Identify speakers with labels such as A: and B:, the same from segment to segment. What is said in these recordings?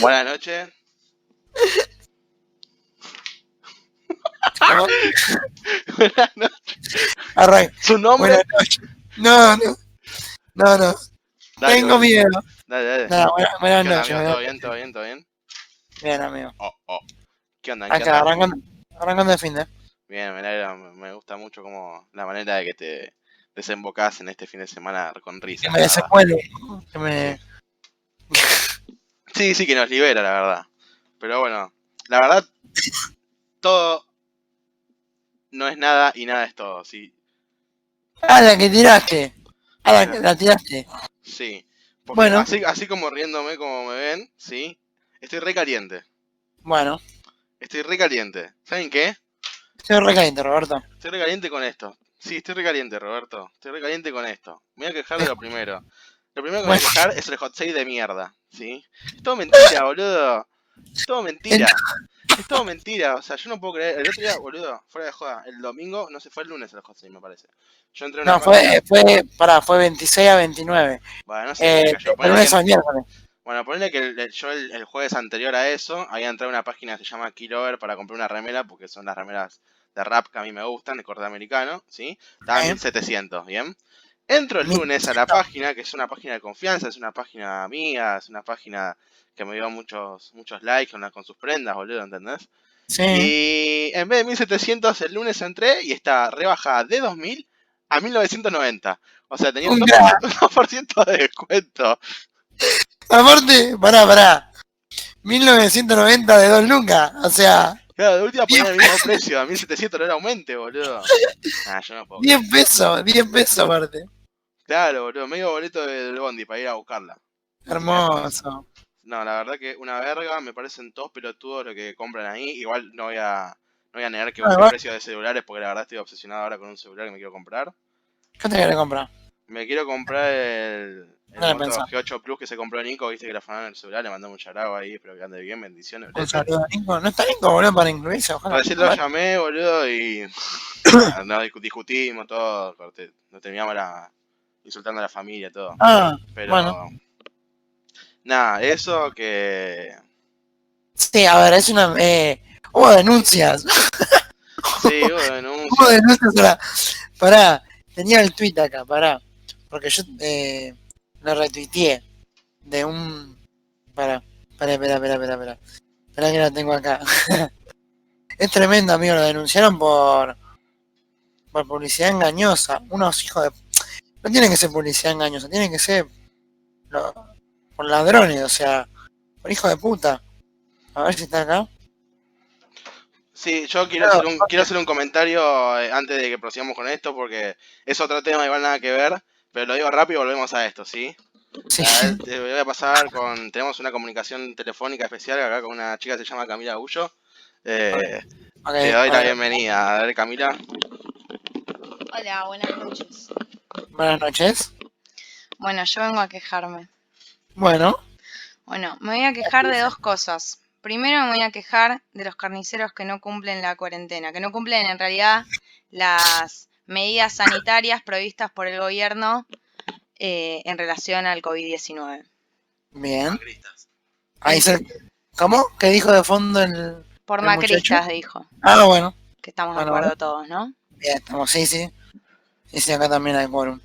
A: Buenas noches.
B: ¿no?
A: Buenas noches.
B: Arranca.
A: Su nombre.
B: Buenas noches. No, no. No, no.
A: Dale,
B: Tengo
A: dale,
B: miedo.
A: Dale, dale.
B: No, buena- buenas
A: ¿Qué onda,
B: noches.
A: amigo?
B: buenas
A: ¿Todo bien? ¿Todo bien? ¿Todo bien?
B: noches. Bien, amigo.
A: Oh, oh. ¿Qué onda? ¿Qué
B: Acá,
A: onda?
B: arrancando, arrancando de fin de.
A: Bien, me alegra, me me gusta mucho como la manera de que te desembocás en este fin de semana con
B: Que
A: risa.
B: me desencuele. Que me...
A: Sí, sí, que nos libera, la verdad. Pero bueno, la verdad, todo no es nada y nada es todo. Sí,
B: Ah, la que tiraste. Ah, la que la tiraste.
A: sí. Porque
B: Bueno.
A: así, así como riéndome como me ven, sí, estoy re caliente.
B: Bueno,
A: Estoy re caliente. ¿Saben qué?
B: estoy recaliente, Roberto.
A: Estoy recaliente con esto. Sí, estoy recaliente, Roberto. Estoy recaliente con esto. Me voy a quejar de lo primero. Lo primero que me voy a quejar es el hot 6 de mierda, ¿sí? Es todo mentira, boludo. Es todo mentira. Es todo mentira. O sea, yo no puedo creer. El otro día, boludo, fuera de joda. El domingo, no sé, fue el lunes el hot 6, me parece. Yo entré a una
B: No,
A: página-
B: fue, fue, pará, fue 26 a 29.
A: Bueno, no sé,
B: Eh,
A: me cayó.
B: el
A: Ponele
B: lunes
A: que-
B: al miércoles.
A: Bueno, ponle que el- el- yo el, el jueves anterior a eso había entrado a una página que se llama Killover para comprar una remera, porque son las remeras de rap que a mí me gustan, de corte americano, ¿sí? Estaba en
B: Bien.
A: 1700, ¿bien? Entro el lunes a la página, que es una página de confianza, es una página mía, es una página que me dio muchos, muchos likes con, la- con sus prendas, boludo, ¿entendés?
B: Sí.
A: Y en vez de 1700 el lunes entré y está rebajada de 2000 a 1990. O sea, tenía un
B: Un
A: 2%, de descuento.
B: Aparte, pará, pará. 1990 de Don Luca. O sea,
A: Claro, de última ponían el mismo precio, a 1700 no le aumente, boludo. Ah, yo no puedo.
B: 10 pesos, 10 pesos aparte.
A: Claro, boludo, medio boleto del bondi para ir a buscarla.
B: Hermoso.
A: No, la verdad que una verga, me parecen todos pelotudos lo que compran ahí. Igual no voy a, no voy a negar que
B: Ah,
A: busque
B: va.
A: precios de celulares porque la verdad estoy obsesionado ahora con un celular que me quiero comprar.
B: ¿Qué te querés comprar?
A: Me quiero comprar el, el
B: No le
A: Moto
B: pensaba.
A: G8 Plus que se compró Nico, viste que la fan del celular, le mandamos un charado ahí, espero que ande bien, bendiciones.
B: Un
A: boludo.
B: saludo a Nico. No está Nico, boludo, para incluirse. Ojalá.
A: Recién lo llamé, boludo, y no, discu- discutimos todo, corté, nos terminamos la- insultando a la familia, todo.
B: Ah,
A: Pero
B: bueno.
A: nada, eso que
B: sí, a ver, es una. Eh, hubo denuncias.
A: sí, hubo denuncia.
B: Hubo denuncias. a la- Pará, tenía el tweet acá, pará. Porque yo eh, lo retuiteé de un. Pará, pará, pará, pará, pará. Pará, pará que la tengo acá. es tremendo, amigo. Lo denunciaron por. Por publicidad engañosa. Unos hijos de. No tiene que ser publicidad engañosa, tiene que ser. lo- por ladrones, o sea. Por hijos de puta. A ver si está acá.
A: Sí, yo quiero hacer un, quiero hacer un comentario eh, antes de que prosigamos con esto porque es otro tema igual nada que ver, pero lo digo rápido y volvemos a esto, ¿sí?
B: Sí.
A: A ver, te voy a pasar con. Tenemos una comunicación telefónica especial acá con una chica que se llama Camila Gullo. Eh,
B: ok,
A: te doy la
B: pará.
A: bienvenida. A ver, Camila.
C: Hola, buenas noches.
B: Buenas noches.
C: Bueno, yo vengo a quejarme.
B: Bueno.
C: Bueno, me voy a quejar de dos cosas. Primero me voy a quejar de los carniceros que no cumplen la cuarentena, que no cumplen en realidad las medidas sanitarias previstas por el gobierno eh, en relación al COVID-19.
B: Bien. Ahí se... ¿Cómo? ¿Qué dijo de fondo el...?
C: Por
B: ¿El muchacho?
C: macristas dijo,
B: Ah, bueno.
C: que estamos
B: Bueno,
C: de acuerdo todos, ¿no?
B: Bien, estamos. Sí, sí. Sí, sí, acá también hay quórum.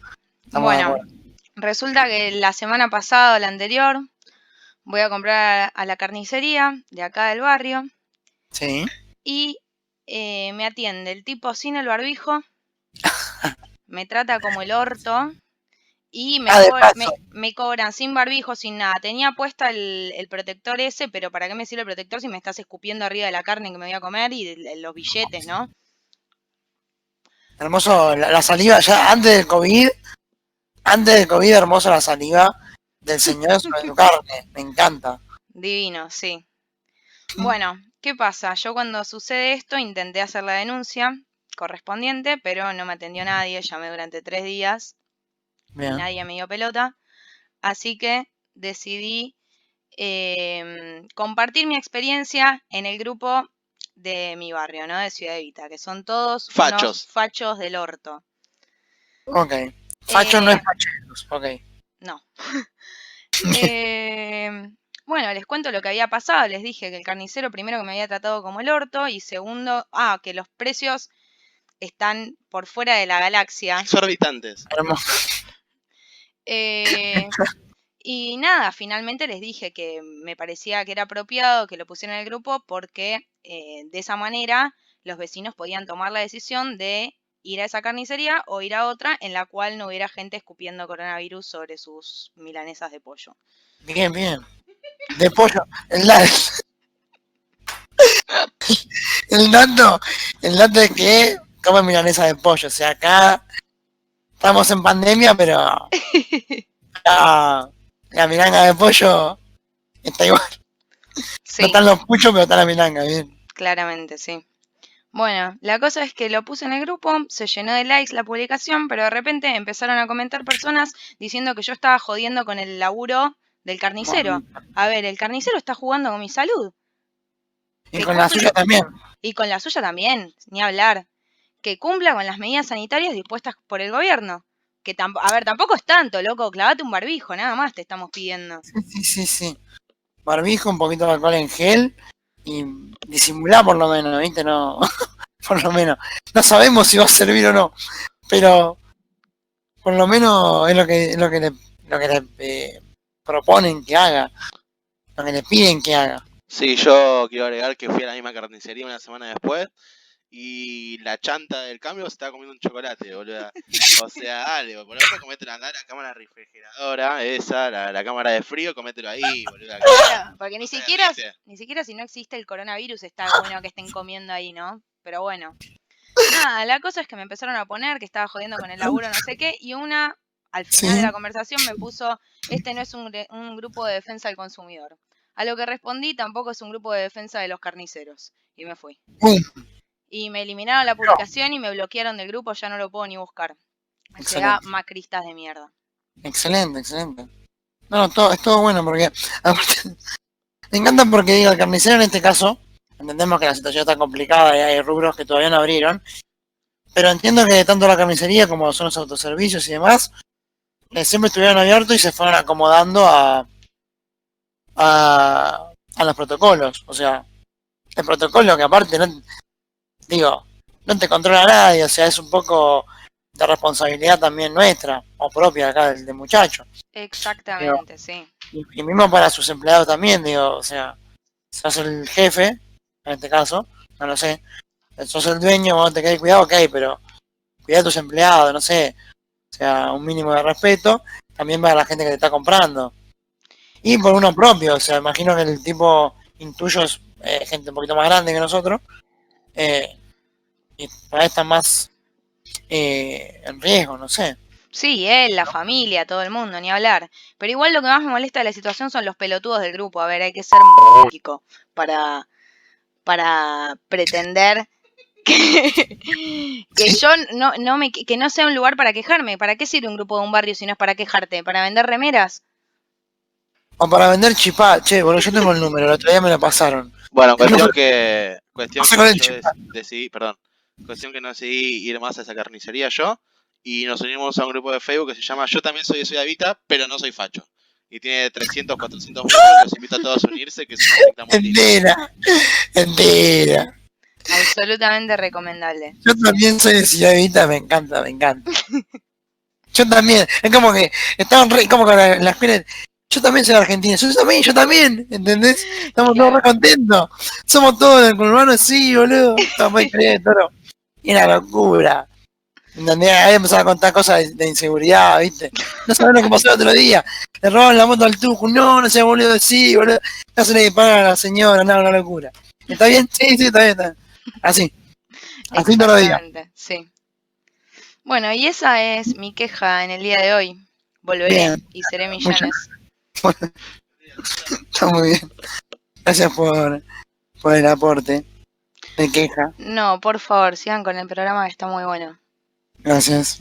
B: Estamos de
C: Bueno.
B: acuerdo.
C: Resulta que la semana pasada o la anterior voy a comprar a la carnicería de acá del barrio.
B: Sí.
C: y eh, me atiende el tipo sin el barbijo, me trata como el orto y me,
B: Ah, de
C: co-
B: paso.
C: me- me cobran sin barbijo, sin nada. Tenía puesta el, el protector ese, pero ¿para qué me sirve el protector si me estás escupiendo arriba de la carne que me voy a comer y de- de los billetes, no?
B: Hermoso, la, la saliva ya antes del COVID. Antes del COVID, hermoso la saliva del señor sobre su carne. Me encanta.
C: Divino, sí. Bueno, ¿qué pasa? Yo cuando sucede esto intenté hacer la denuncia correspondiente, pero no me atendió nadie, llamé durante tres días.
B: Bien.
C: nadie me dio pelota. Así que decidí em, compartir mi experiencia en el grupo de mi barrio, ¿no? De Ciudad Evita, que son todos unos
A: Fachos.
C: fachos del orto.
B: Ok. Facho no
C: Eh,
B: es facheros. Ok.
C: No. Em, Bueno, les cuento lo que había pasado. Les dije que el carnicero, primero, que me había tratado como el orto. Y segundo, ah, que los precios están por fuera de la galaxia.
A: Exorbitantes.
B: Hermoso.
C: Eh, y nada, finalmente les dije que me parecía que era apropiado que lo pusieran en el grupo porque eh, de esa manera los vecinos podían tomar la decisión de ir a esa carnicería o ir a otra en la cual no hubiera gente escupiendo coronavirus sobre sus milanesas de pollo.
B: Bien, bien. De pollo. El dato. El dato. El dato es que come milanesa de pollo. O sea, acá estamos en pandemia, pero la, la milanga de pollo está igual.
C: Sí,
B: No están los puchos, pero está la milanga, bien.
C: claramente, sí. Bueno, la cosa es que lo puse en el grupo, se llenó de likes la publicación, pero de repente empezaron a comentar personas diciendo que yo estaba jodiendo con el laburo del carnicero. A ver, el carnicero está jugando con mi salud.
B: Y con la suya también.
C: Y con la suya también, ni hablar. Que cumpla con las medidas sanitarias dispuestas por el gobierno. Que tamp- a ver, tampoco es tanto, loco, clavate un barbijo, nada más te estamos pidiendo.
B: Sí, sí, sí. Barbijo, un poquito de alcohol en gel y disimulá por lo menos, ¿viste? No, por lo menos. No sabemos si va a servir o no, pero por lo menos es lo que, es lo que le, lo que le, eh, proponen que haga, lo que le piden que haga.
A: Sí, yo quiero agregar que fui a la misma carnicería una semana después y la chanta del cambio se estaba comiendo un chocolate, boludo. O sea, dale, por eso comete la, la cámara refrigeradora, esa, la, la cámara de frío, comételo ahí, boludo.
C: Claro, porque ni siquiera,
A: ¿viste?
C: ni siquiera si no existe el coronavirus está bueno que estén comiendo ahí, ¿no? Pero bueno. Nada, la cosa es que me empezaron a poner que estaba jodiendo con el laburo, no sé qué, y una, al final
B: Sí.
C: de la conversación, me puso, este no es un, gre- un grupo de defensa del consumidor. A lo que respondí, tampoco es un grupo de defensa de los carniceros. Y me fui.
B: ¡Pum!
C: Y me eliminaron la publicación y me bloquearon del grupo, ya no lo puedo ni buscar. O sea,
B: Excelente.
C: macristas de mierda.
B: Excelente, excelente. No, no, todo, es todo bueno porque aparte, me encanta porque digo, el carnicero en este caso, entendemos que la situación está complicada y hay rubros que todavía no abrieron, pero entiendo que tanto la carnicería como son los autoservicios y demás, eh, siempre estuvieron abiertos y se fueron acomodando a, a, a los protocolos. O sea, el protocolo que aparte, no, digo, no te controla nadie, o sea, es un poco de responsabilidad también nuestra o propia acá del, del muchacho.
C: Exactamente, sí.
B: Y, y mismo para sus empleados también, digo, o sea, sos el jefe, en este caso, no lo sé, sos el dueño, vos te querés cuidado, ok, pero cuida a tus empleados, no sé, o sea, un mínimo de respeto, también para la gente que te está comprando. Y por uno propio, o sea, imagino que el tipo intuyo es eh, gente un poquito más grande que nosotros, eh, y para está más eh, en riesgo, no sé.
C: Sí, él, la familia, todo el mundo, ni hablar. Pero igual lo que más me molesta de la situación son los pelotudos del grupo. A ver, hay que ser lógico para, para pretender que, que yo no, no me que no sea un lugar para quejarme. ¿Para qué sirve un grupo de un barrio si no es para quejarte? ¿Para vender remeras?
B: O para vender chipá, che, boludo, yo tengo el número, el otro día me lo pasaron.
A: Bueno, cuestión que. Cuestión
B: Vamos a
A: que
B: con
A: yo
B: el
A: des- decidí, perdón. Cuestión que no decidí ir más a esa carnicería yo. Y nos unimos a un grupo de Facebook que se llama Yo también soy de Ciudadita, pero no soy facho. Y tiene 300, 400 miembros, los invito a todos a unirse, que es una secta muy linda.
B: Entera, entera.
C: Absolutamente recomendable.
B: Yo también soy de Ciudadita, me encanta, me encanta. Yo también, es como que, estaban re, como con la- las pieles. Yo también soy argentino, yo también, yo también, ¿entendés? Estamos todos re contentos. Somos todos del conurbano, sí, boludo. No podés creer, toro. Y una locura. ¿Entendés? Ahí empezaba a contar cosas de, de inseguridad, ¿viste? No sabés lo que pasó el otro día. Le robaron la moto al tuju, no, no sé, boludo, sí, boludo. No se le disparan a la señora, no, una locura. ¿Está bien? Sí, sí, está bien, está bien. Así. Así todos los días.
C: Exactamente, Sí. Bueno, y esa es mi queja en el día de hoy. Volveré
B: Bien.
C: y seré
B: Muchas-
C: millones.
B: Está muy bien. Gracias por, por el aporte. Me queja.
C: No, por favor, sigan con el programa que está muy bueno.
B: Gracias.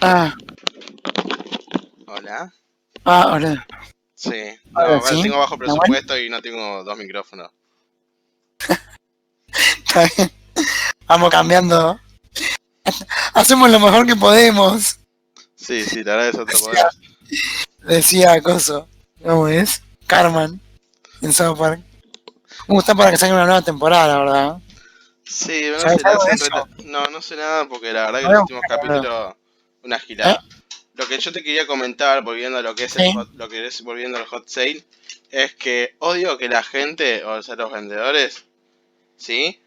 B: Ah,
A: Hola.
B: ah, hola.
A: Sí. No,
B: Ahora
A: bueno,
B: sí.
A: Tengo bajo
B: Nahuel.
A: presupuesto y no tengo dos micrófonos.
B: Está bien. Vamos cambiando. Hacemos lo mejor que podemos.
A: Sí, sí, la verdad es otro poder.
B: Decía Coso. ¿Cómo es? Carman en South Park. Uh, está para que salga una nueva temporada, la verdad.
A: Sí, no
B: ¿Sabes
A: sé nada.
B: algo de
A: siempre te- No, no sé nada porque la verdad que
B: No,
A: los últimos
B: claro.
A: capítulos, una gilada. Lo que yo te quería comentar, volviendo a lo que es el
B: Sí.
A: hot- lo que es volviendo al hot sale, es que odio que la gente, o sea, los vendedores, ¿sí?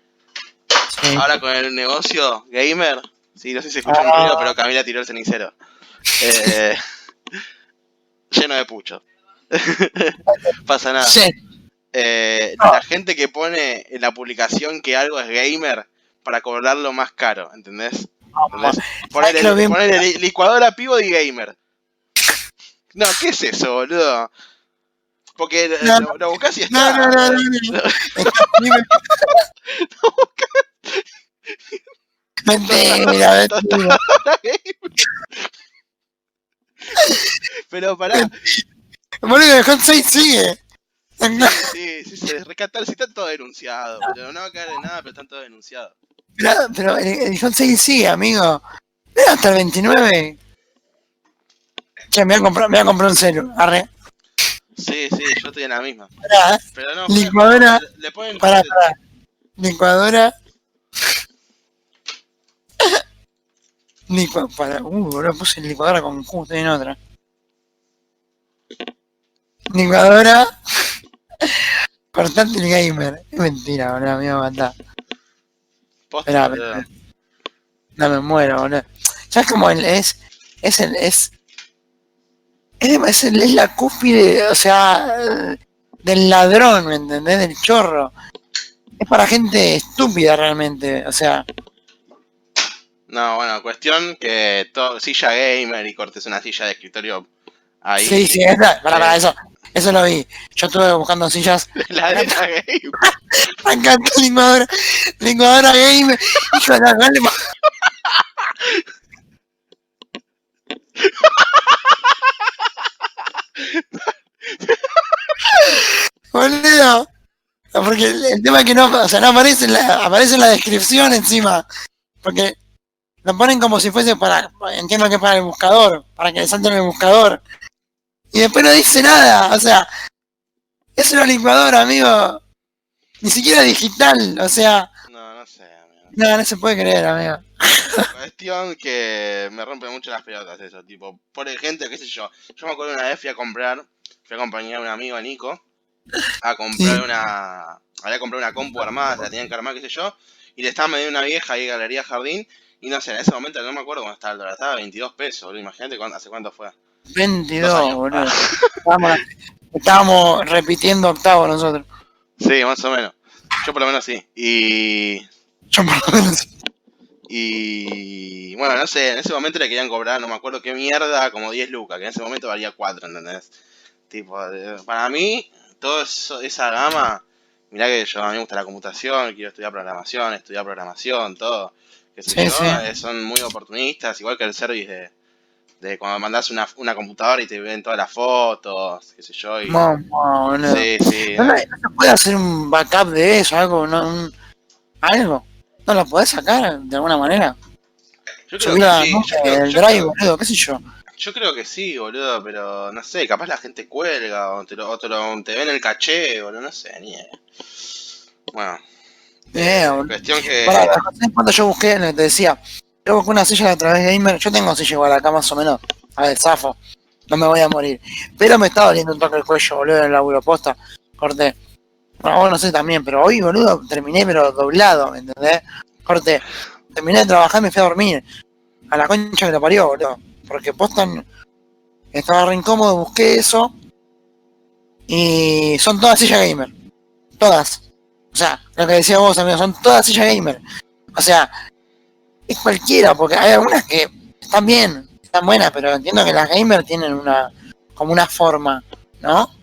B: Sí.
A: Ahora con el negocio gamer, sí, no sé si se escucha un
B: Ah.
A: ruido, pero Camila tiró el cenicero. Eh, lleno de pucho. Pasa nada.
B: Sí,
A: Eh,
B: No.
A: La gente que pone en la publicación que algo es gamer para cobrarlo más caro, ¿entendés? ¿Entendés?
B: Ay, Ah, lo
A: Ponele,
B: vi-
A: ponele li- licuadora pivo y gamer. No, ¿qué es eso, boludo? Porque eh,
B: No,
A: lo, lo buscás y está.
B: No, no, no, no, no. Mentira, mentira.
A: Pero pará,
B: Boludo, el Hot 6 sigue. No,
A: sí, sí, se rescatar, si están todos denunciados, boludo. No va a caer en nada, pero están todos denunciados.
B: pero- pero el, el Hot 6 sigue, amigo. Era hasta el 29. Che, me voy a comprar, me voy a comprar un celu. Arre.
A: Sí, sí, yo estoy en la misma.
B: Pará, eh.
A: Pero no,
B: Licuadora,
A: le- le ponen
B: pará, pará. Licuadora. Licua, para, uh, boludo, puse licuadora con Q, estoy en otra. Licuadora. Cortante el gamer. Es mentira, boludo, me va a matar.
A: posta,
B: Esperá,
A: boludo.
B: esperá. No me muero, boludo. Ya es como el, es, es el, es, es, dem- es el- es la cúspide, o sea, eh, del ladrón, ¿me entendés? Del chorro. Es para gente estúpida realmente, o sea,
A: No, bueno, cuestión que todo, silla gamer y cortes una silla de escritorio ahí.
B: sí, sí, esa, para, para, eso, eso lo vi. Yo estuve buscando sillas,
A: La de la gamer.
B: me encanta licuadora, licuadora gamer, hijo de la gran le- Boludo. Porque el, el tema es que no, o sea, no aparece en la, aparece en la descripción encima. Porque lo ponen como si fuese para, entiendo que es para el buscador, para que le salten el buscador. Y después no dice nada, o sea, es una licuadora, amigo. Ni siquiera digital, o sea,
A: No, no sé, amigo.
B: no, no se puede creer, amigo.
A: Cuestión que me rompen mucho las pelotas eso, tipo, por gente, qué sé yo. Yo me acuerdo una vez fui a comprar, fui a acompañar a un amigo, a Nico, a comprar
B: Sí.
A: una, había comprado una compu armada, se la tenían que armar, qué sé yo, y le estaban vendiendo una vieja ahí en Galería Jardín, y no sé, en ese momento no me acuerdo cuándo estaba el dólar, estaba 22 pesos, boludo, imagínate cuánto- hace cuánto fue.
B: 22, boludo. Estábamos, estábamos repitiendo octavo nosotros.
A: Sí, más o menos. Yo por lo menos sí. Y
B: Yo por lo menos.
A: Y bueno, no sé, en ese momento le querían cobrar, no me acuerdo qué mierda, como 10 lucas, que en ese momento valía 4, ¿entendés? Tipo, eh, para mí, toda esa gama, mirá que yo, a mí me gusta la computación, quiero estudiar programación, estudiar programación, todo. qué sé
B: Sí,
A: yo,
B: sí.
A: eh, son muy oportunistas, igual que el service de, de cuando mandás una, una computadora y te ven todas las fotos, qué sé yo, y...
B: Mamá, boludo.
A: Sí, sí.
B: ¿No, la- no se puede hacer un backup de eso? ¿Algo? No, un- ¿Algo? ¿No lo podés sacar de alguna manera?
A: Yo creo
B: Subir a
A: que sí,
B: no,
A: yo creo-
B: el
A: yo
B: drive,
A: creo-
B: boludo, qué sé yo.
A: Yo creo que sí, boludo, pero no sé, capaz la gente cuelga o te, lo, o te, lo- te ven el caché, boludo, no sé, ni idea. Bueno,
B: Eh, boludo.
A: cuestión que...
B: Pará, ¿sabés cuánto yo busqué? Lo que te decía. Yo busqué una silla de través gamer. Yo tengo silla igual acá más o menos. A ver, zafo. No me voy a morir. Pero me está doliendo un toque el cuello, boludo, en el laburo posta. Corté. Bueno, vos no sé también, pero hoy, boludo, terminé pero doblado, ¿me entendés? Corté. Terminé de trabajar y me fui a dormir. A la concha que lo parió, boludo. Porque posta n- estaba re incómodo, busqué eso. Y son todas sillas gamer. Todas. O sea, lo que decía vos, amigo, son todas sillas gamer. O sea, es cualquiera, porque hay algunas que están bien, están buenas, pero entiendo que las gamer tienen una como una forma, ¿no?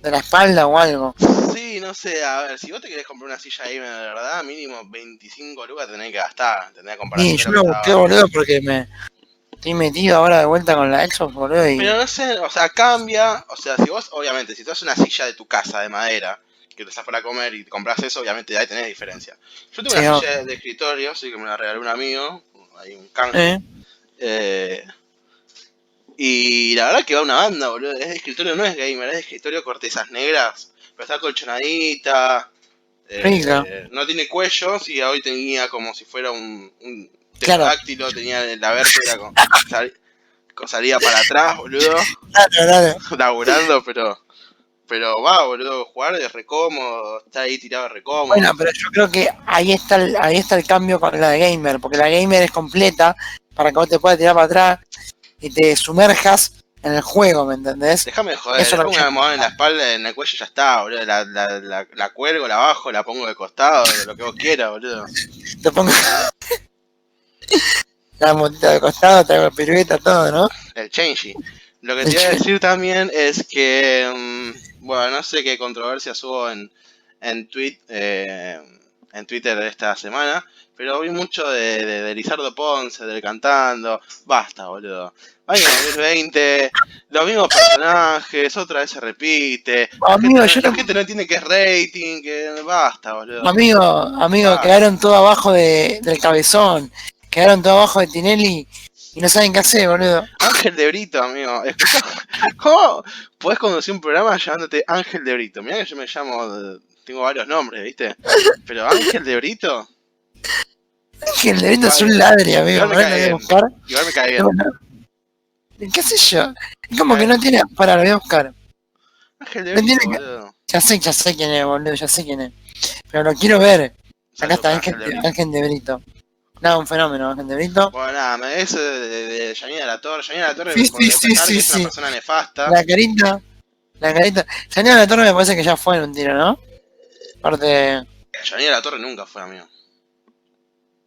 B: De la espalda o algo.
A: Sí, no sé, a ver, si vos te querés comprar una silla gamer de verdad, mínimo 25 lucas tenés que gastar, tenés que comprar...
B: Y yo lo busqué, boludo, porque me estoy metido ahora de vuelta con la Xbox, boludo, y
A: Pero no sé, o sea, cambia, o sea, si vos, obviamente, si tú haces una silla de tu casa de madera, que te estás para comer y te compras eso, obviamente ahí tenés diferencia. Yo tengo
B: Sí,
A: una
B: no.
A: silla de escritorio, sí, que me la regaló un amigo, hay un canje.
B: eh,
A: Eh, Y la verdad que va una banda, boludo. Es de escritorio, no es gamer, es de escritorio cortesas negras. Pero está colchonadita. eh,
B: Rica.
A: eh, no tiene cuello, sí, hoy tenía como si fuera un, un
B: Claro.
A: pterodáctilo, tenía la vértebra con, sal- con salida para atrás, boludo.
B: Claro, claro.
A: Laburando, pero. Pero va, boludo, jugar es recómodo, está ahí tirado recómodo.
B: Bueno, pero yo creo que ahí está, el, ahí está el cambio con la de gamer, porque la gamer es completa para que vos te puedas tirar para atrás y te sumerjas en el juego, ¿me entendés?
A: Déjame de joder,
B: Eso
A: le
B: lo
A: pongo
B: que-
A: una almohada en la espalda, en el cuello y ya está, boludo. La, la, la, la cuelgo, la bajo, la pongo de costado, lo que vos quieras, boludo.
B: Te pongo la motita de costado, te hago pirueta, todo, ¿no?
A: El change. Lo que te iba a decir también es que, mm, bueno, no sé qué controversias hubo en, en, tweet, eh, en Twitter esta semana, pero vi mucho de, de, de Lizardo Ponce, del Cantando. Basta, boludo. Año 2020, los mismos personajes, otra vez se repite.
B: Amigo,
A: la,
B: yo
A: la
B: no-
A: gente no entiende que es rating, que basta, boludo.
B: Amigo, amigo,
A: Ah.
B: quedaron todo abajo de, del cabezón, quedaron todo abajo de Tinelli y no saben qué hacer, boludo.
A: Ángel de Brito, amigo. Escuchá, ¿Cómo podés conducir un programa llamándote Ángel de Brito? Mirá que yo me llamo. eh, Tengo varios nombres, ¿viste? Pero Ángel de Brito,
B: Que el derecho es un ladri, amigo,
A: Igual me cae
B: ¿verdad? Lo voy a
A: bien.
B: buscar.
A: igual me cae bien.
B: No, no. ¿Qué sé yo? Es como que no tiene. Para, lo voy a buscar.
A: Ángel de
B: no
A: Brito,
B: tiene
A: boludo.
B: Ya sé, ya sé quién es, boludo, ya sé quién es. Pero lo quiero ver.
A: Salto
B: Acá está
A: para
B: Ángel,
A: Brito.
B: Ángel de Brito. No, un fenómeno, Ángel de Brito.
A: Bueno, nada, me es eh, de, de Yanina La Torre. Yanina La Torre
B: Sí,
A: por
B: sí,
A: empezar, que
B: sí, sí,
A: es una
B: sí.
A: persona nefasta.
B: La carita. La carita. Yanina la torre me parece que ya fue en un tiro, ¿no? Aparte.
A: Yanina La Torre nunca fue, amigo.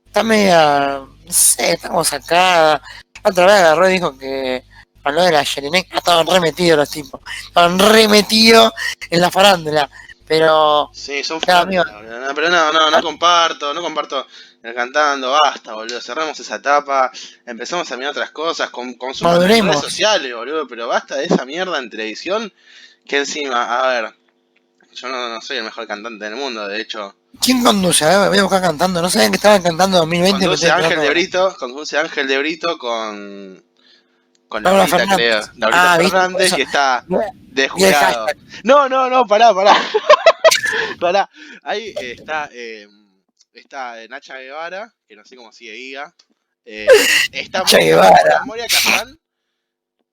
B: Está media. No sé, estamos acá. Otra vez agarró y dijo que. Habló de la Jelinek. Ah, estaban remetidos los tipos. Estaban remetidos en la farándula. Pero.
A: Sí, son
B: Claro, amigo.
A: fanáticos, boludo. No, pero no, no, no comparto, no comparto el cantando, basta, boludo. Cerramos esa etapa, empezamos a mirar otras cosas, con, consumo de
B: Maduremos.
A: redes sociales, boludo, pero basta de esa mierda en televisión, que encima, a ver, yo no, no soy el mejor cantante del mundo, de hecho,
B: ¿Quién conduce? A ver, me voy a buscar cantando. No sabían que estaban cantando 2020. pero
A: conduce
B: estoy
A: Ángel de
B: esperando.
A: Brito, conduce Ángel de Brito con... Con
B: Laura
A: Laurita, creo.
B: Fernández.
A: Laurita
B: Ah, viste, por
A: Fernández,
B: eso.
A: que está de
B: Y el
A: jurado.
B: hashtag.
A: No, no, no, pará, pará. pará. Ahí eh, está, eh, está eh, Nacha Guevara, que no sé cómo sigue Iga. Eh, está
B: Nacha
A: Moria-
B: Guevara.
A: está Moria Kazán.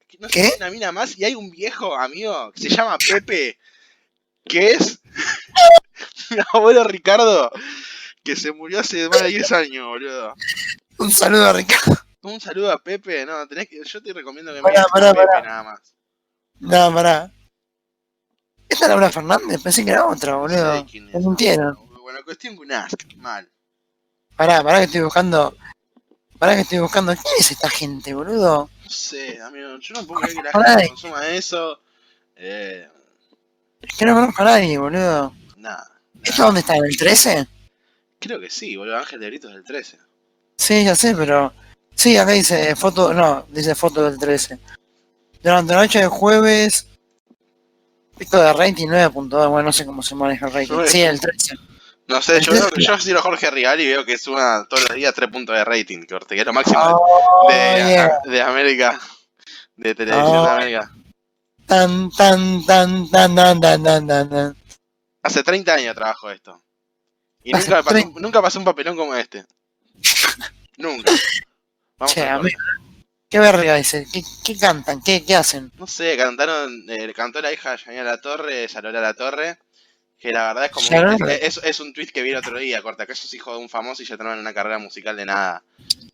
A: que No sé
B: ¿Qué?
A: si una mina más. Y hay un viejo amigo que se llama Pepe, que es mi abuelo Ricardo, que se murió hace más de 10 años, boludo.
B: Un saludo a Ricardo.
A: Un saludo a Pepe, no, tenés que, yo te recomiendo que
B: Pará,
A: mires a
B: pará,
A: Pepe
B: pará.
A: nada más.
B: No, pará. ¿Esta es Laura Fernández? Pensé que era otra,
A: No sé
B: boludo.
A: quién es.
B: Me mintieron.
A: Bueno, cuestión que un ask, mal.
B: Pará, pará que estoy buscando. Pará que estoy buscando. ¿Quién es esta gente, boludo?
A: No sé, amigo, yo no puedo creer que la
B: Pará.
A: gente consuma eso. Eh,
B: Es que no conozco a nadie, boludo.
A: nada.
B: ¿Esto dónde está? ¿En el 13?
A: Creo que sí, boludo, Ángel de Brito es del 13.
B: Sí, ya sé, pero. Sí, acá dice foto. No, dice foto del 13. Durante la noche del jueves. Esto de rating 9.2. Bueno, no sé cómo se maneja el rating. Sí, el 13.
A: No sé, yo,
B: Del
A: veo,
B: 13.
A: yo sigo a Jorge Rial y veo que suma todos los días 3 puntos de rating, que Ortega es lo máximo
B: Oh,
A: de, de-
B: yeah.
A: de América, de Televisión de
B: Oh.
A: América.
B: Tan, tan, tan, tan, tan, tan, tan, tan, tan.
A: Hace 30 años trabajo esto. Y
B: Hace
A: nunca me pasó,
B: 30.
A: nunca pasó un papelón como este. Nunca. Vamos
B: Che,
A: a ver.
B: amigo, ¿Qué verga dice? ¿Qué, qué cantan? ¿Qué, qué hacen?
A: No sé, cantaron, eh, cantó la hija de Yanina La Torre, Salola La Torre, que la verdad es como
B: Yanina
A: un,
B: Latorre.
A: es, es un tweet que vi el otro día, corta, que eso es hijo de un famoso y ya tomaron una carrera musical de nada.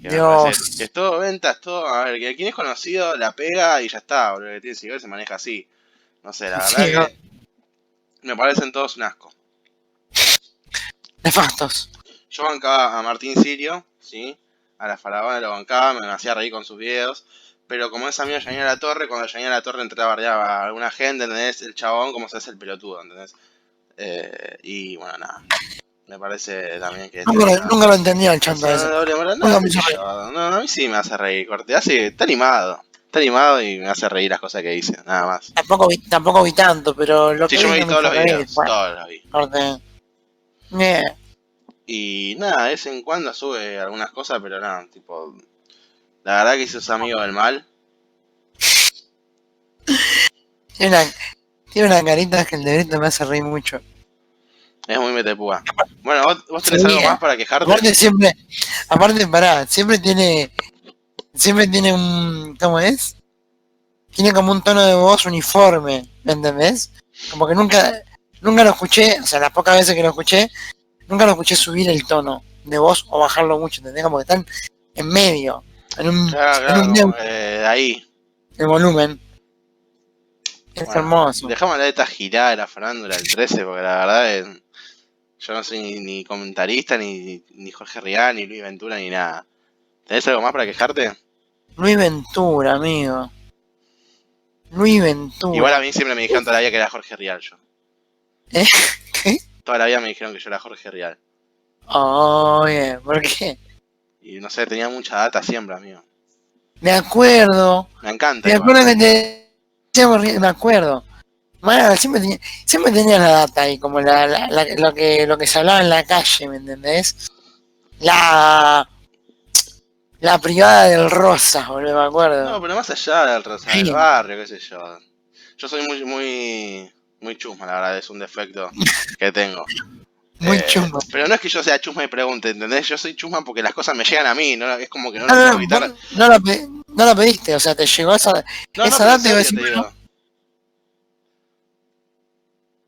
A: Que me
B: Dios.
A: parece- que Es todo ventas, todo, a ver, que quien es conocido la pega y ya está, boludo, que tiene seguidores se maneja así. No sé, la verdad
B: Sí,
A: que
B: no.
A: me parecen todos un asco.
B: Nefastos.
A: Yo bancaba a Martín Sirio, ¿sí? A la faraona lo bancaba, me hacía reír con sus videos. Pero como es amigo de Yanina La Torre, cuando Yanina La Torre entraba bardeaba a alguna gente, ¿entendés? El chabón, como se hace el pelotudo, ¿entendés? Eh, y bueno, nada. Me parece también que.
B: Nunca, lo- nunca lo entendía el chanto
A: No,
B: ese.
A: doble moral, no,
B: Nunca
A: qué
B: me hizo
A: sé yo, no, a mí sí me hace reír, corte. Hace, está animado. Está animado y me hace reír las cosas que dice, nada más.
B: Tampoco vi, tampoco vi tanto, pero lo
A: Sí,
B: que
A: yo me vi
B: no
A: todos los
B: hizo reír,
A: videos,
B: bueno,
A: todos los vi.
B: corte. Meh,
A: Y nada, de vez en cuando sube algunas cosas, pero nada, tipo. La verdad que sus amigos del mal.
B: Tiene una, tiene una carita que el de Brito me hace reír mucho.
A: Es muy metepúa. Bueno, vos, vos tenés
B: Sí,
A: algo
B: eh.
A: más para quejarte.
B: Aparte siempre, aparte pará, siempre tiene, siempre tiene un, ¿cómo es? Tiene como un tono de voz uniforme, ¿me entendés? Como que nunca, nunca lo escuché, o sea, las pocas veces que lo escuché, nunca lo escuché subir el tono de voz o bajarlo mucho, ¿entendés? Como que están en medio, en un,
A: Claro,
B: en
A: claro,
B: un neutro
A: eh, ahí.
B: el volumen. Es
A: Bueno,
B: hermoso.
A: Dejame hablar de esta girada de la farándula del 13, porque la verdad es- yo no soy ni, ni comentarista, ni, ni Jorge Rial, ni Luis Ventura, ni nada. ¿Tenés algo más para quejarte?
B: Luis Ventura, amigo. Luis Ventura.
A: Igual a mí siempre me dijeron toda la vida que era Jorge Rial yo.
B: ¿Eh? ¿Qué?
A: Toda la vida me dijeron que yo era Jorge Rial.
B: Oh, bien, ¿por qué?
A: Y no sé, tenía mucha data siempre, amigo.
B: Me acuerdo.
A: Me encanta.
B: Me
A: igual.
B: acuerdo que te decíamos ri- me acuerdo. Mara, siempre tenía, siempre tenía la data ahí, como la, la- la- lo, que, lo que se hablaba en la calle, ¿me entendés? La la privada del Rosas, boludo, me
A: No,
B: acuerdo.
A: pero más allá del, o sea, del
B: Sí.
A: barrio, qué sé yo. Yo soy muy, muy, muy chusma, la verdad, es un defecto que tengo.
B: Muy
A: Eh,
B: chumbo.
A: Pero no es que yo sea chusma y pregunte, ¿entendés? Yo soy chusma porque las cosas me llegan a mí, ¿no? Es como que no lo
B: No, Ah,
A: puedo
B: no, no,
A: evitar.
B: vos no la pe- no la pediste, o sea, te llegó esa,
A: No, no,
B: esa
A: pero en
B: edad te iba a
A: serio
B: decir,
A: te digo.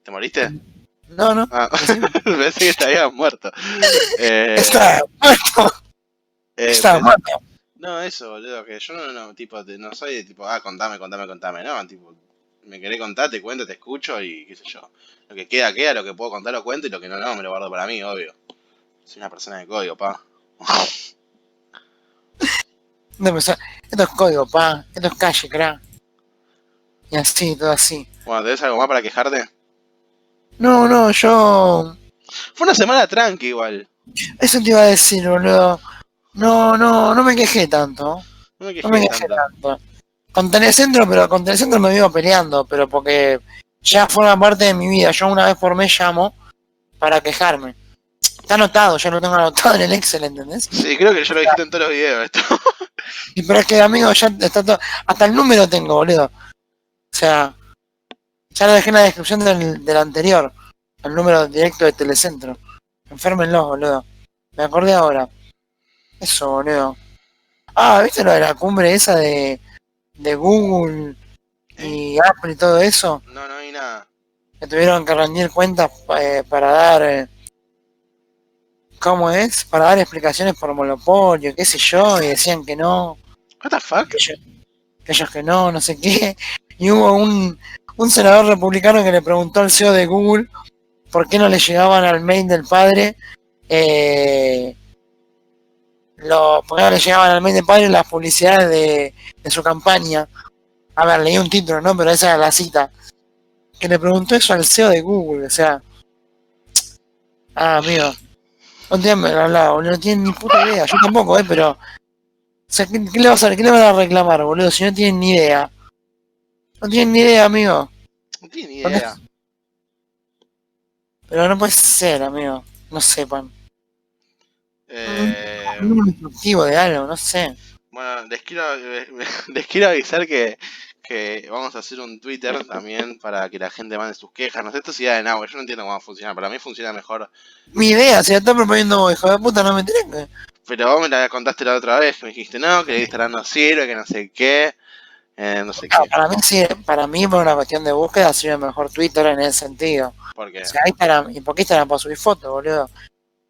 A: ¿Te moriste?
B: No, Pues no.
A: Ah, pensé que te habías muerto. Eh,
B: Está muerto,
A: eh,
B: está
A: pensé-
B: muerto.
A: No, eso, boludo, que yo no, no, tipo, te- no soy de tipo, ah, contame, contame, contame, no, tipo, me querés contar, te cuento, te escucho y qué sé yo. Lo que queda, queda, lo que puedo contar lo cuento y lo que no, no, me lo guardo para mí, obvio. Soy una persona de código, pa.
B: No, pero, esto es código, pa. Esto es calle, cra. Y así, todo así.
A: Bueno, ¿tenés algo más para quejarte?
B: No, no, yo.
A: Fue una semana tranqui igual.
B: Eso te iba a decir, boludo. No, no, no me quejé tanto.
A: No me quejé
B: No me quejé
A: tanto.
B: tanto. Con Telecentro, pero con Telecentro me vivo peleando, pero porque ya forma parte de mi vida. Yo una vez por mes llamo para quejarme. Está anotado, ya lo tengo anotado en el Excel, ¿entendés?
A: Sí, creo que yo lo dijiste en todos los videos esto.
B: Y pero es que, amigo, ya está todo. Hasta el número tengo, boludo. O sea, ya lo dejé en la descripción del, del anterior. El número directo de Telecentro. Enférmenlos, boludo. Me acordé ahora. Eso, boludo. Ah, ¿viste lo de la cumbre esa de, de Google y Apple y todo eso?
A: No, no hay nada.
B: que tuvieron que rendir cuentas eh, para dar eh, cómo es para dar explicaciones por monopolio qué sé yo y decían que no
A: What the fuck?
B: que, ellos- que ellos que no no sé qué y hubo un, un senador republicano que le preguntó al CEO de Google por qué no le llegaban al mail del padre eh, lo, por qué no le llegaban al mail del padre las publicidades de, de su campaña a ver leí un título no pero esa era la cita que le preguntó eso al CEO de Google, o sea. Ah, amigo. No tienen, la, la- boludo, no tienen ni puta idea, yo tampoco, eh, pero. O sea, ¿qué, qué le vas a, qué le van a reclamar, boludo? Si no tienen ni idea. No tienen ni idea, amigo.
A: No tiene ni
B: ¿Dónde-
A: idea.
B: Pero no puede ser, amigo. No sepan.
A: Eh,
B: Un número instructivo de algo, no sé.
A: Bueno, les quiero, les quiero avisar que, que vamos a hacer un Twitter también para que la gente mande sus quejas. No sé, esto es idea de Nahue, yo no entiendo cómo funciona. Para mí funciona mejor.
B: Mi idea, si la está proponiendo vos, hijo de puta, no me tenés que.
A: Pero vos me la contaste la otra vez, que me dijiste, no, que el Instagram no sirve, que no sé qué. eh, no sé qué.
B: Ah, para mí sí, para mí por una cuestión de búsqueda sirve mejor Twitter en ese sentido.
A: Porque
B: O sea, Instagram, ¿y por qué Instagram para subir fotos, boludo?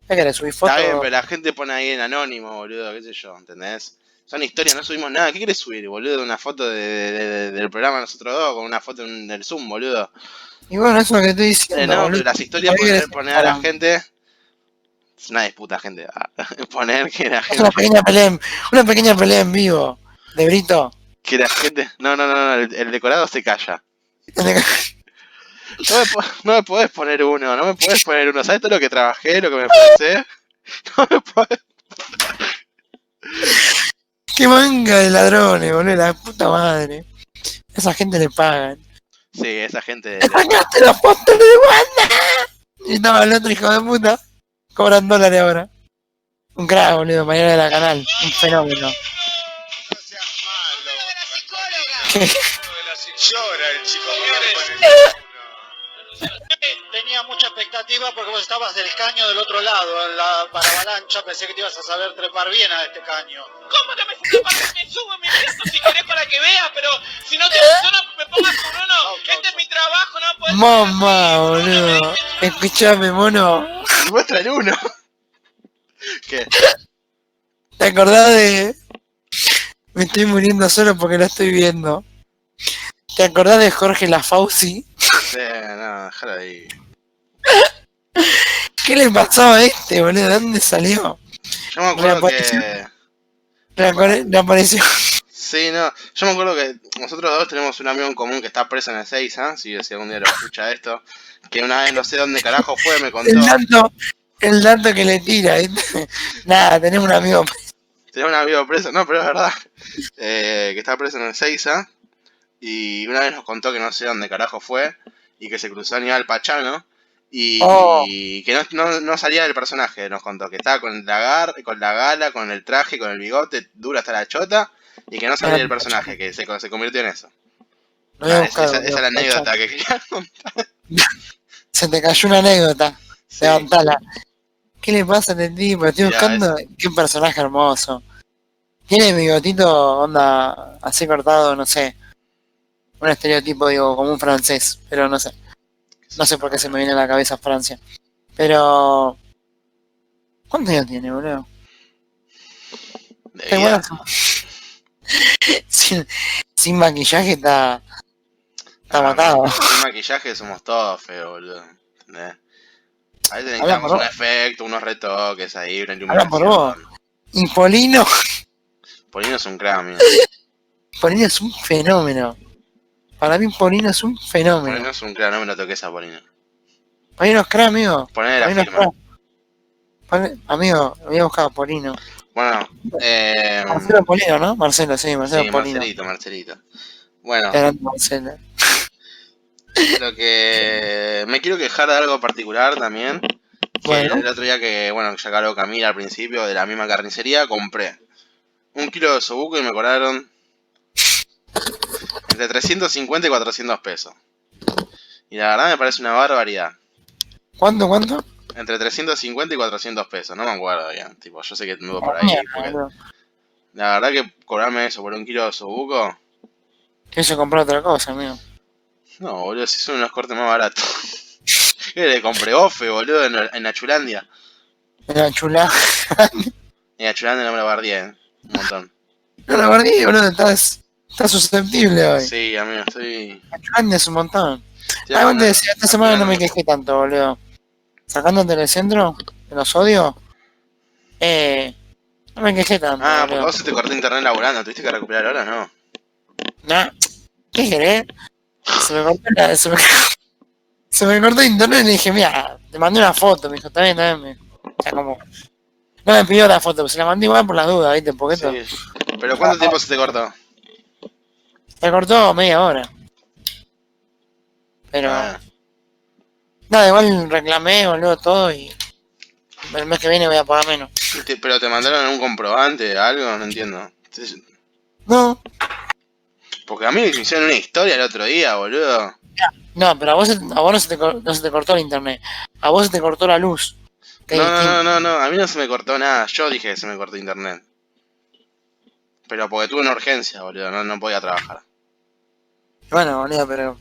B: ¿Qué querés subir fotos?
A: está bien, pero la gente pone ahí en anónimo, boludo, qué sé yo, ¿entendés? Son historias, no subimos nada. ¿Qué querés subir, boludo? ¿Una foto de- de- de- del programa de nosotros dos con una foto en- del Zoom, boludo?
B: Y bueno, eso es lo que estoy diciendo.
A: Eh, no,
B: boludo.
A: pero las historias
B: Ahí
A: poner,
B: es-
A: poner a la
B: ah.
A: gente. Es una disputa, gente. ah, Poner que la
B: Es una
A: gente.
B: pequeña pelea, en- una pequeña pelea en vivo de Brito.
A: Que la gente. No, no, no, no, el, el decorado se calla. No me, po- no me podés poner uno, no me podés poner uno. ¿Sabes todo lo que trabajé, lo que me esforcé? No me podés.
B: Qué manga de ladrones, boludo, la puta madre. Esa gente le pagan.
A: Sí, esa gente.
B: ¡Te sacaste los pósters de Wanda! Y estaba el otro hijo de puta. Cobran dólares ahora. Un crack, boludo, mañana de la canal. Un fenómeno.
D: Llora el chico. mira negativa porque vos estabas del caño del otro lado, en la para avalancha, pensé que te ibas a saber trepar bien a este caño.
E: ¿Cómo que me subo? Me subo, me siento si querés para que veas, pero si no te funciona, me pongas con
D: Ah,
E: uno. Este es mi trabajo, no puedes.
B: Mamá, boludo. Escuchame, mono.
A: Y muestra el uno. ¿Qué?
B: ¿Te acordás de.? Me estoy muriendo solo porque la estoy viendo. ¿Te acordás de Jorge Lafauci?
A: Eh, no, déjalo ahí.
B: ¿Qué le pasó a este, boludo? ¿De dónde salió?
A: Yo me acuerdo
B: Reapareció.
A: que.
B: Reapare- Reapareció.
A: Sí, no. Yo me acuerdo que nosotros dos tenemos un amigo en común que está preso en el 6, Si, si algún día lo escucha esto. Que una vez no sé dónde carajo fue, me contó.
B: El dato, el dato que le tira, ¿viste? Nada, tenemos un amigo.
A: Tenía un amigo preso, no, pero es verdad. eh, que estaba preso en el Seiza. Y una vez nos contó que no sé dónde carajo fue. Y que se cruzó a Aníbal Pachano. Y,
B: Oh.
A: y que no, no- no salía del personaje, nos contó. Que estaba con la, gar- con la gala, con el traje, con el bigote, dura hasta la chota. Y que no salía del personaje, que se, se convirtió en eso.
B: Lo Ah. voy a
A: Ah, es-
B: buscar,
A: esa,
B: boludo.
A: esa es la anécdota que quería contar.
B: Se te cayó una anécdota.
A: Sí.
B: Levantala. ¿Qué le pasa a este tipo? Estoy
A: Ya,
B: buscando. Qué personaje hermoso. Tiene bigotito, onda, así cortado, no sé. Un estereotipo, digo, como un francés, pero no sé. No sé por qué se me viene a la cabeza Francia. Pero. ¿Cuántos años tiene, boludo?
A: De
B: Está
A: vida.
B: igual a su- sin, sin maquillaje está. Está
A: Ah,
B: matado.
A: Sin maquillaje somos todos feos, boludo. ¿Entendés? A veces
B: Habla
A: necesitamos
B: por
A: un
B: vos.
A: efecto, unos retoques ahí, una
B: Habla por
A: iluminación.
B: Impolino.
A: Polino es un crack, mira.
B: Polino es un fenómeno. Para mí, Polino es un
A: Polino
B: fenómeno.
A: es un crack, no me lo toques a Polino.
B: Polino es crack, amigo.
A: Ponele la
B: Polino es
A: firma.
B: crack. Pon- Amigo, había buscado Polino.
A: Bueno, eh.
B: Marcelo Polino, ¿no? Marcelo, sí, Marcelo
A: sí,
B: Polino. Eh,
A: Marcelito, Marcelito. Bueno,
B: Grande Marcelo.
A: lo que. Me quiero quejar de algo particular también. que
B: Bueno.
A: El otro día que, bueno, ya que habló Camila al principio de la misma carnicería, compré un kilo de sobuco y me cobraron entre 350 y 400 pesos. Y la verdad me parece una barbaridad.
B: ¿Cuánto, cuánto?
A: Entre 350 y 400 pesos, no me acuerdo bien. Tipo, yo sé que tengo por ahí. porque
B: Boludo.
A: la verdad que cobrarme eso por un kilo de sobuco,
B: Que se compró otra cosa, amigo.
A: no, boludo, si son unos cortes más baratos. ¿Qué le compré ofe, boludo, en, en Nachulandia?
B: Era chula.
A: En Nachulandia no me lo bardié, ¿eh? un montón.
B: No la perdí, boludo. Estás, estás susceptible hoy.
A: Sí, amigo, estoy.
B: Grande es un montón.
A: estoy
B: Ah,
A: hablando-
B: te decía, esta semana no me quejé tanto, boludo. Sacándote del centro, de los odios, eh, no me quejé tanto.
A: Ah, porque
B: boludo.
A: vos se te cortó internet laburando, ¿tuviste que recuperar ahora? No.
B: Nah, ¿Qué querés? Se me cortó la, se me, se me cortó internet y le dije, mira, te mandé una foto, me dijo, está bien, está bien. me dijo. O sea, como. No me pidió la foto, pero se la mandé igual por las dudas, ¿viste? Porque esto
A: Sí. Pero ¿cuánto tiempo se te cortó?
B: se cortó media hora. Pero.
A: Ah,
B: Nada, igual reclamé, boludo, todo y. El mes que viene voy a pagar menos.
A: te- pero te mandaron un comprobante, algo, no entiendo. Sí,
B: No,
A: Porque a mí me hicieron una historia el otro día, boludo.
B: no, pero a vos, se- a vos no, se te, cor- no se te cortó el internet. A vos se te cortó la luz. Que es
A: No, no,
B: distinto.
A: no, no, no, a mí no se me cortó nada. Yo dije que se me cortó internet. Pero porque tuve una urgencia, boludo, no, no podía trabajar.
B: Bueno, boludo, pero.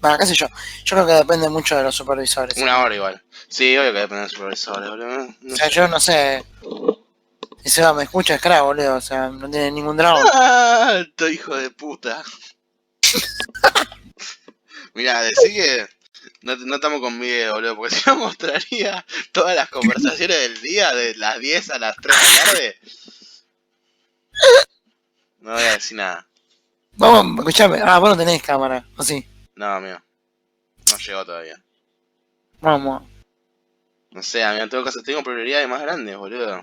B: Bueno, qué sé yo. Yo creo que depende mucho de los supervisores.
A: Una hora igual. Sí, obvio que depende del supervisor, boludo. No
B: O
A: sé.
B: sea, yo no sé. Si Seba me escucha, es crack, boludo. O sea, no tiene ningún drama.
A: Alto hijo de puta. Mirá, decí que no, no estamos con Miguel, boludo, porque si no mostraría todas las conversaciones del día, de las 10 a las 3 de la tarde. No voy a decir nada.
B: Vamos, escuchame. Ah, vos no tenés cámara. O sí.
A: No, amigo. No llegó todavía.
B: Vamos.
A: No sé, amigo, tengo cosas, tengo prioridades más grandes, boludo.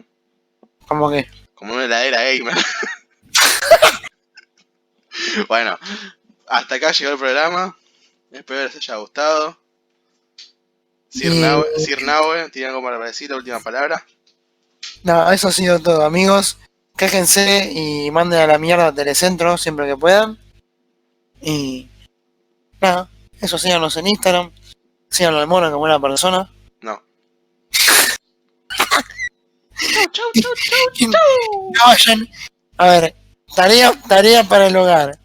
B: ¿Cómo que?
A: Como una heladera gamer. bueno, hasta acá llegó el programa. Espero les haya gustado. Sir
B: Sí.
A: Nahue, Sir Nahue, ¿tiene algo para decir? La última palabra.
B: No, eso ha sido todo, amigos. Quéjense y manden a la mierda a Telecentro siempre que puedan. Y nada, eso síganos en Instagram. Sí, habla el mono como una persona.
A: No.
B: chau, chau, chau, chau. No vayan. A ver, tarea, tarea para el hogar.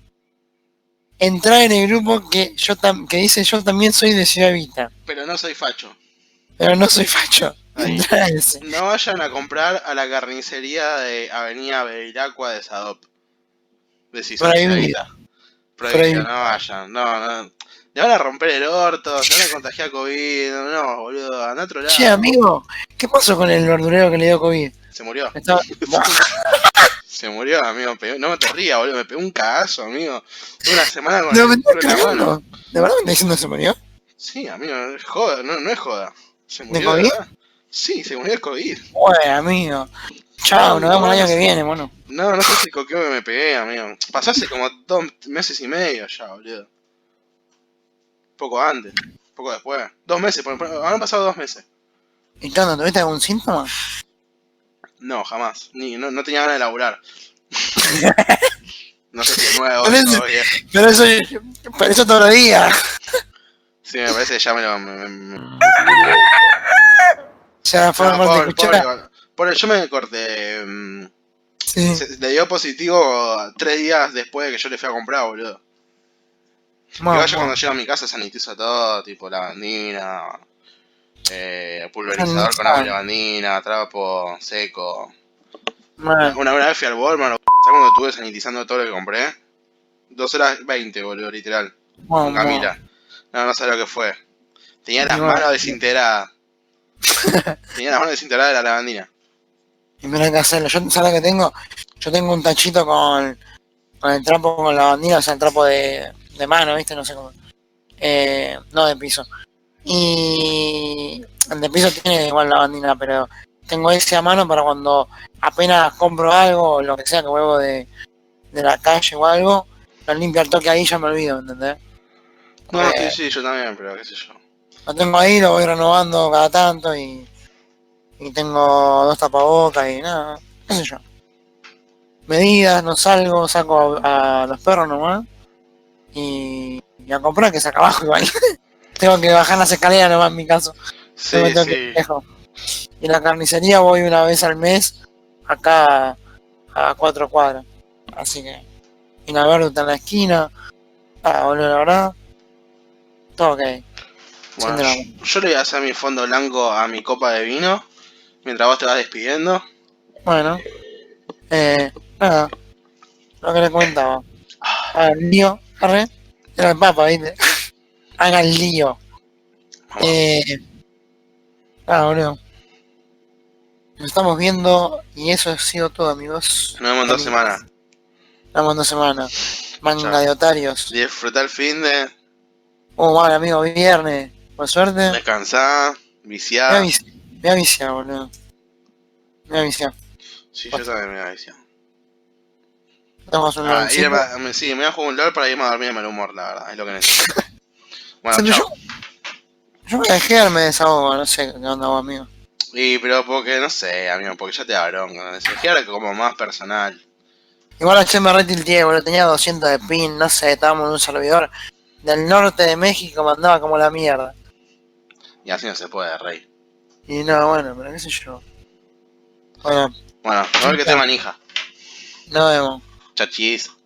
B: Entrar en el grupo que yo tam- que dice yo también soy de Ciudad Vita,
A: Pero no soy facho.
B: pero no soy facho.
A: Ahí.
B: Entrar a ese.
A: No vayan a comprar a la carnicería de Avenida Bevilacqua de Sadop. Decís,
B: Prohibido.
A: señorita. Prohibido,
B: Prohibido.
A: no vayan, no, no. Le van a romper el orto, se van a contagiar COVID, no, boludo, anda a otro lado.
B: Che, amigo, ¿qué pasó con el verdurero que le dio COVID?
A: Se murió,
B: Estaba-
A: se murió, amigo. me pegó- No me te rías, boludo, me pegó un cagazo, amigo. Tuve Una semana con
B: No,
A: el
B: me
A: culo
B: está
A: en la mano.
B: cagando. ¿De verdad me está diciendo que se murió?
A: Sí, amigo, no es joda, no, no es joda. Se murió
B: COVID?
A: verdad. Sí, se murió de COVID.
B: Bueno, amigo. Chao, nos vemos el año que viene, mono.
A: No, no sé si coqueo que me pegué, amigo. Pasó hace como dos meses y medio ya, boludo. Poco antes, poco después. Dos meses, por- por- han pasado dos meses.
B: ¿Y cuándo tuviste algún síntoma?
A: No, jamás. Ni, no, no tenía ganas de laburar. no sé si es nuevo.
B: Por eso-
A: o viejo.
B: Pero eso, pero eso todos los días.
A: Sí, me parece que ya me lo. me- me- me-
B: Ya fue
A: No,
B: una parte
A: Ah, pobre,
B: cuchara.
A: pobre, pobre, yo me corté. mm,
B: Sí.
A: se- le dio positivo tres días después de que yo le fui a comprar, boludo. Que
B: Bueno,
A: vaya cuando llego a mi casa sanitizo todo, tipo lavandina, eh, pulverizador con agua de lavandina, trapo seco.
B: bueno,
A: Una una vez fui al Walmart, ¿sabes cuando estuve sanitizando todo lo que compré? Dos horas veinte, boludo, literal,
B: bueno,
A: con Camila. No, no sé lo que fue. Tenía las
B: Y bueno.
A: manos desintegradas. Tenía las manos desintegradas de la lavandina.
B: Y mira que hacerlo. Yo, ¿sabes lo que tengo? Yo tengo un tachito con, con el trapo con la bandina, o sea, el trapo de, de mano, ¿viste? No sé cómo. Eh, no, de piso. Y el de piso tiene igual la bandina, pero tengo ese a mano para cuando apenas compro algo, o lo que sea que vuelvo de, de la calle o algo, lo limpio al toque ahí y ya me olvido, ¿entendés?
A: No, sí,
B: Eh.
A: sí, yo también, pero qué sé yo.
B: Lo tengo ahí, lo voy renovando cada tanto y, y tengo dos tapabocas y nada, qué sé yo. Medidas, no salgo, saco a, a los perros nomás y, y a comprar que se acá abajo igual. tengo que bajar las escaleras nomás en mi caso.
A: Sí,
B: no me tengo que ir
A: sí.
B: lejos. Y en la carnicería voy una vez al mes acá a cuatro cuadras. Así que, y la verde está en la esquina, ah, boludo, la verdad, todo ok.
A: Bueno,
B: Sin drama.
A: yo, yo le voy a hacer mi fondo blanco a mi copa de vino. Mientras vos te vas despidiendo.
B: Bueno, eh, nada, lo que le comentaba. Haga el lío, arre, era el papa, ¿viste? Haga el lío.
A: Vamos.
B: Eh, ah, boludo. Nos estamos viendo y eso ha sido todo, amigos.
A: Nos vemos en dos
B: Amigas.
A: semanas.
B: Nos vemos en dos semanas. Manga de otarios.
A: Disfrutar el fin de.
B: Oh, mal, amigo, viernes. Por suerte.
A: Descansar.
B: Me
A: Viciar.
B: avisa, me avisa, boludo. Me avisa.
A: Sí, yo también me voy a viciar.
B: Damos un
A: Ah,
B: lancito.
A: irme a- me- sí, me voy a jugar un LOL para irme a dormir de mal humor, la verdad. Es lo que necesito.
B: Se
A: Bueno,
B: me-
A: chao.
B: Yo me voy a dejar, me desahogo, no sé qué onda vos, amigo.
A: Y pero porque, no sé, amigo, porque ya te da bronca. Es ahora como más personal.
B: Igual ayer me retilteé, boludo, tenía 200 de pin, no sé, estábamos en un servidor del norte de México, mandaba como la mierda.
A: Y así no se puede, rey.
B: Y no, bueno, pero qué sé yo. Bueno,
A: Bueno, a ver que te manija.
B: nos vemos.
A: Chachis.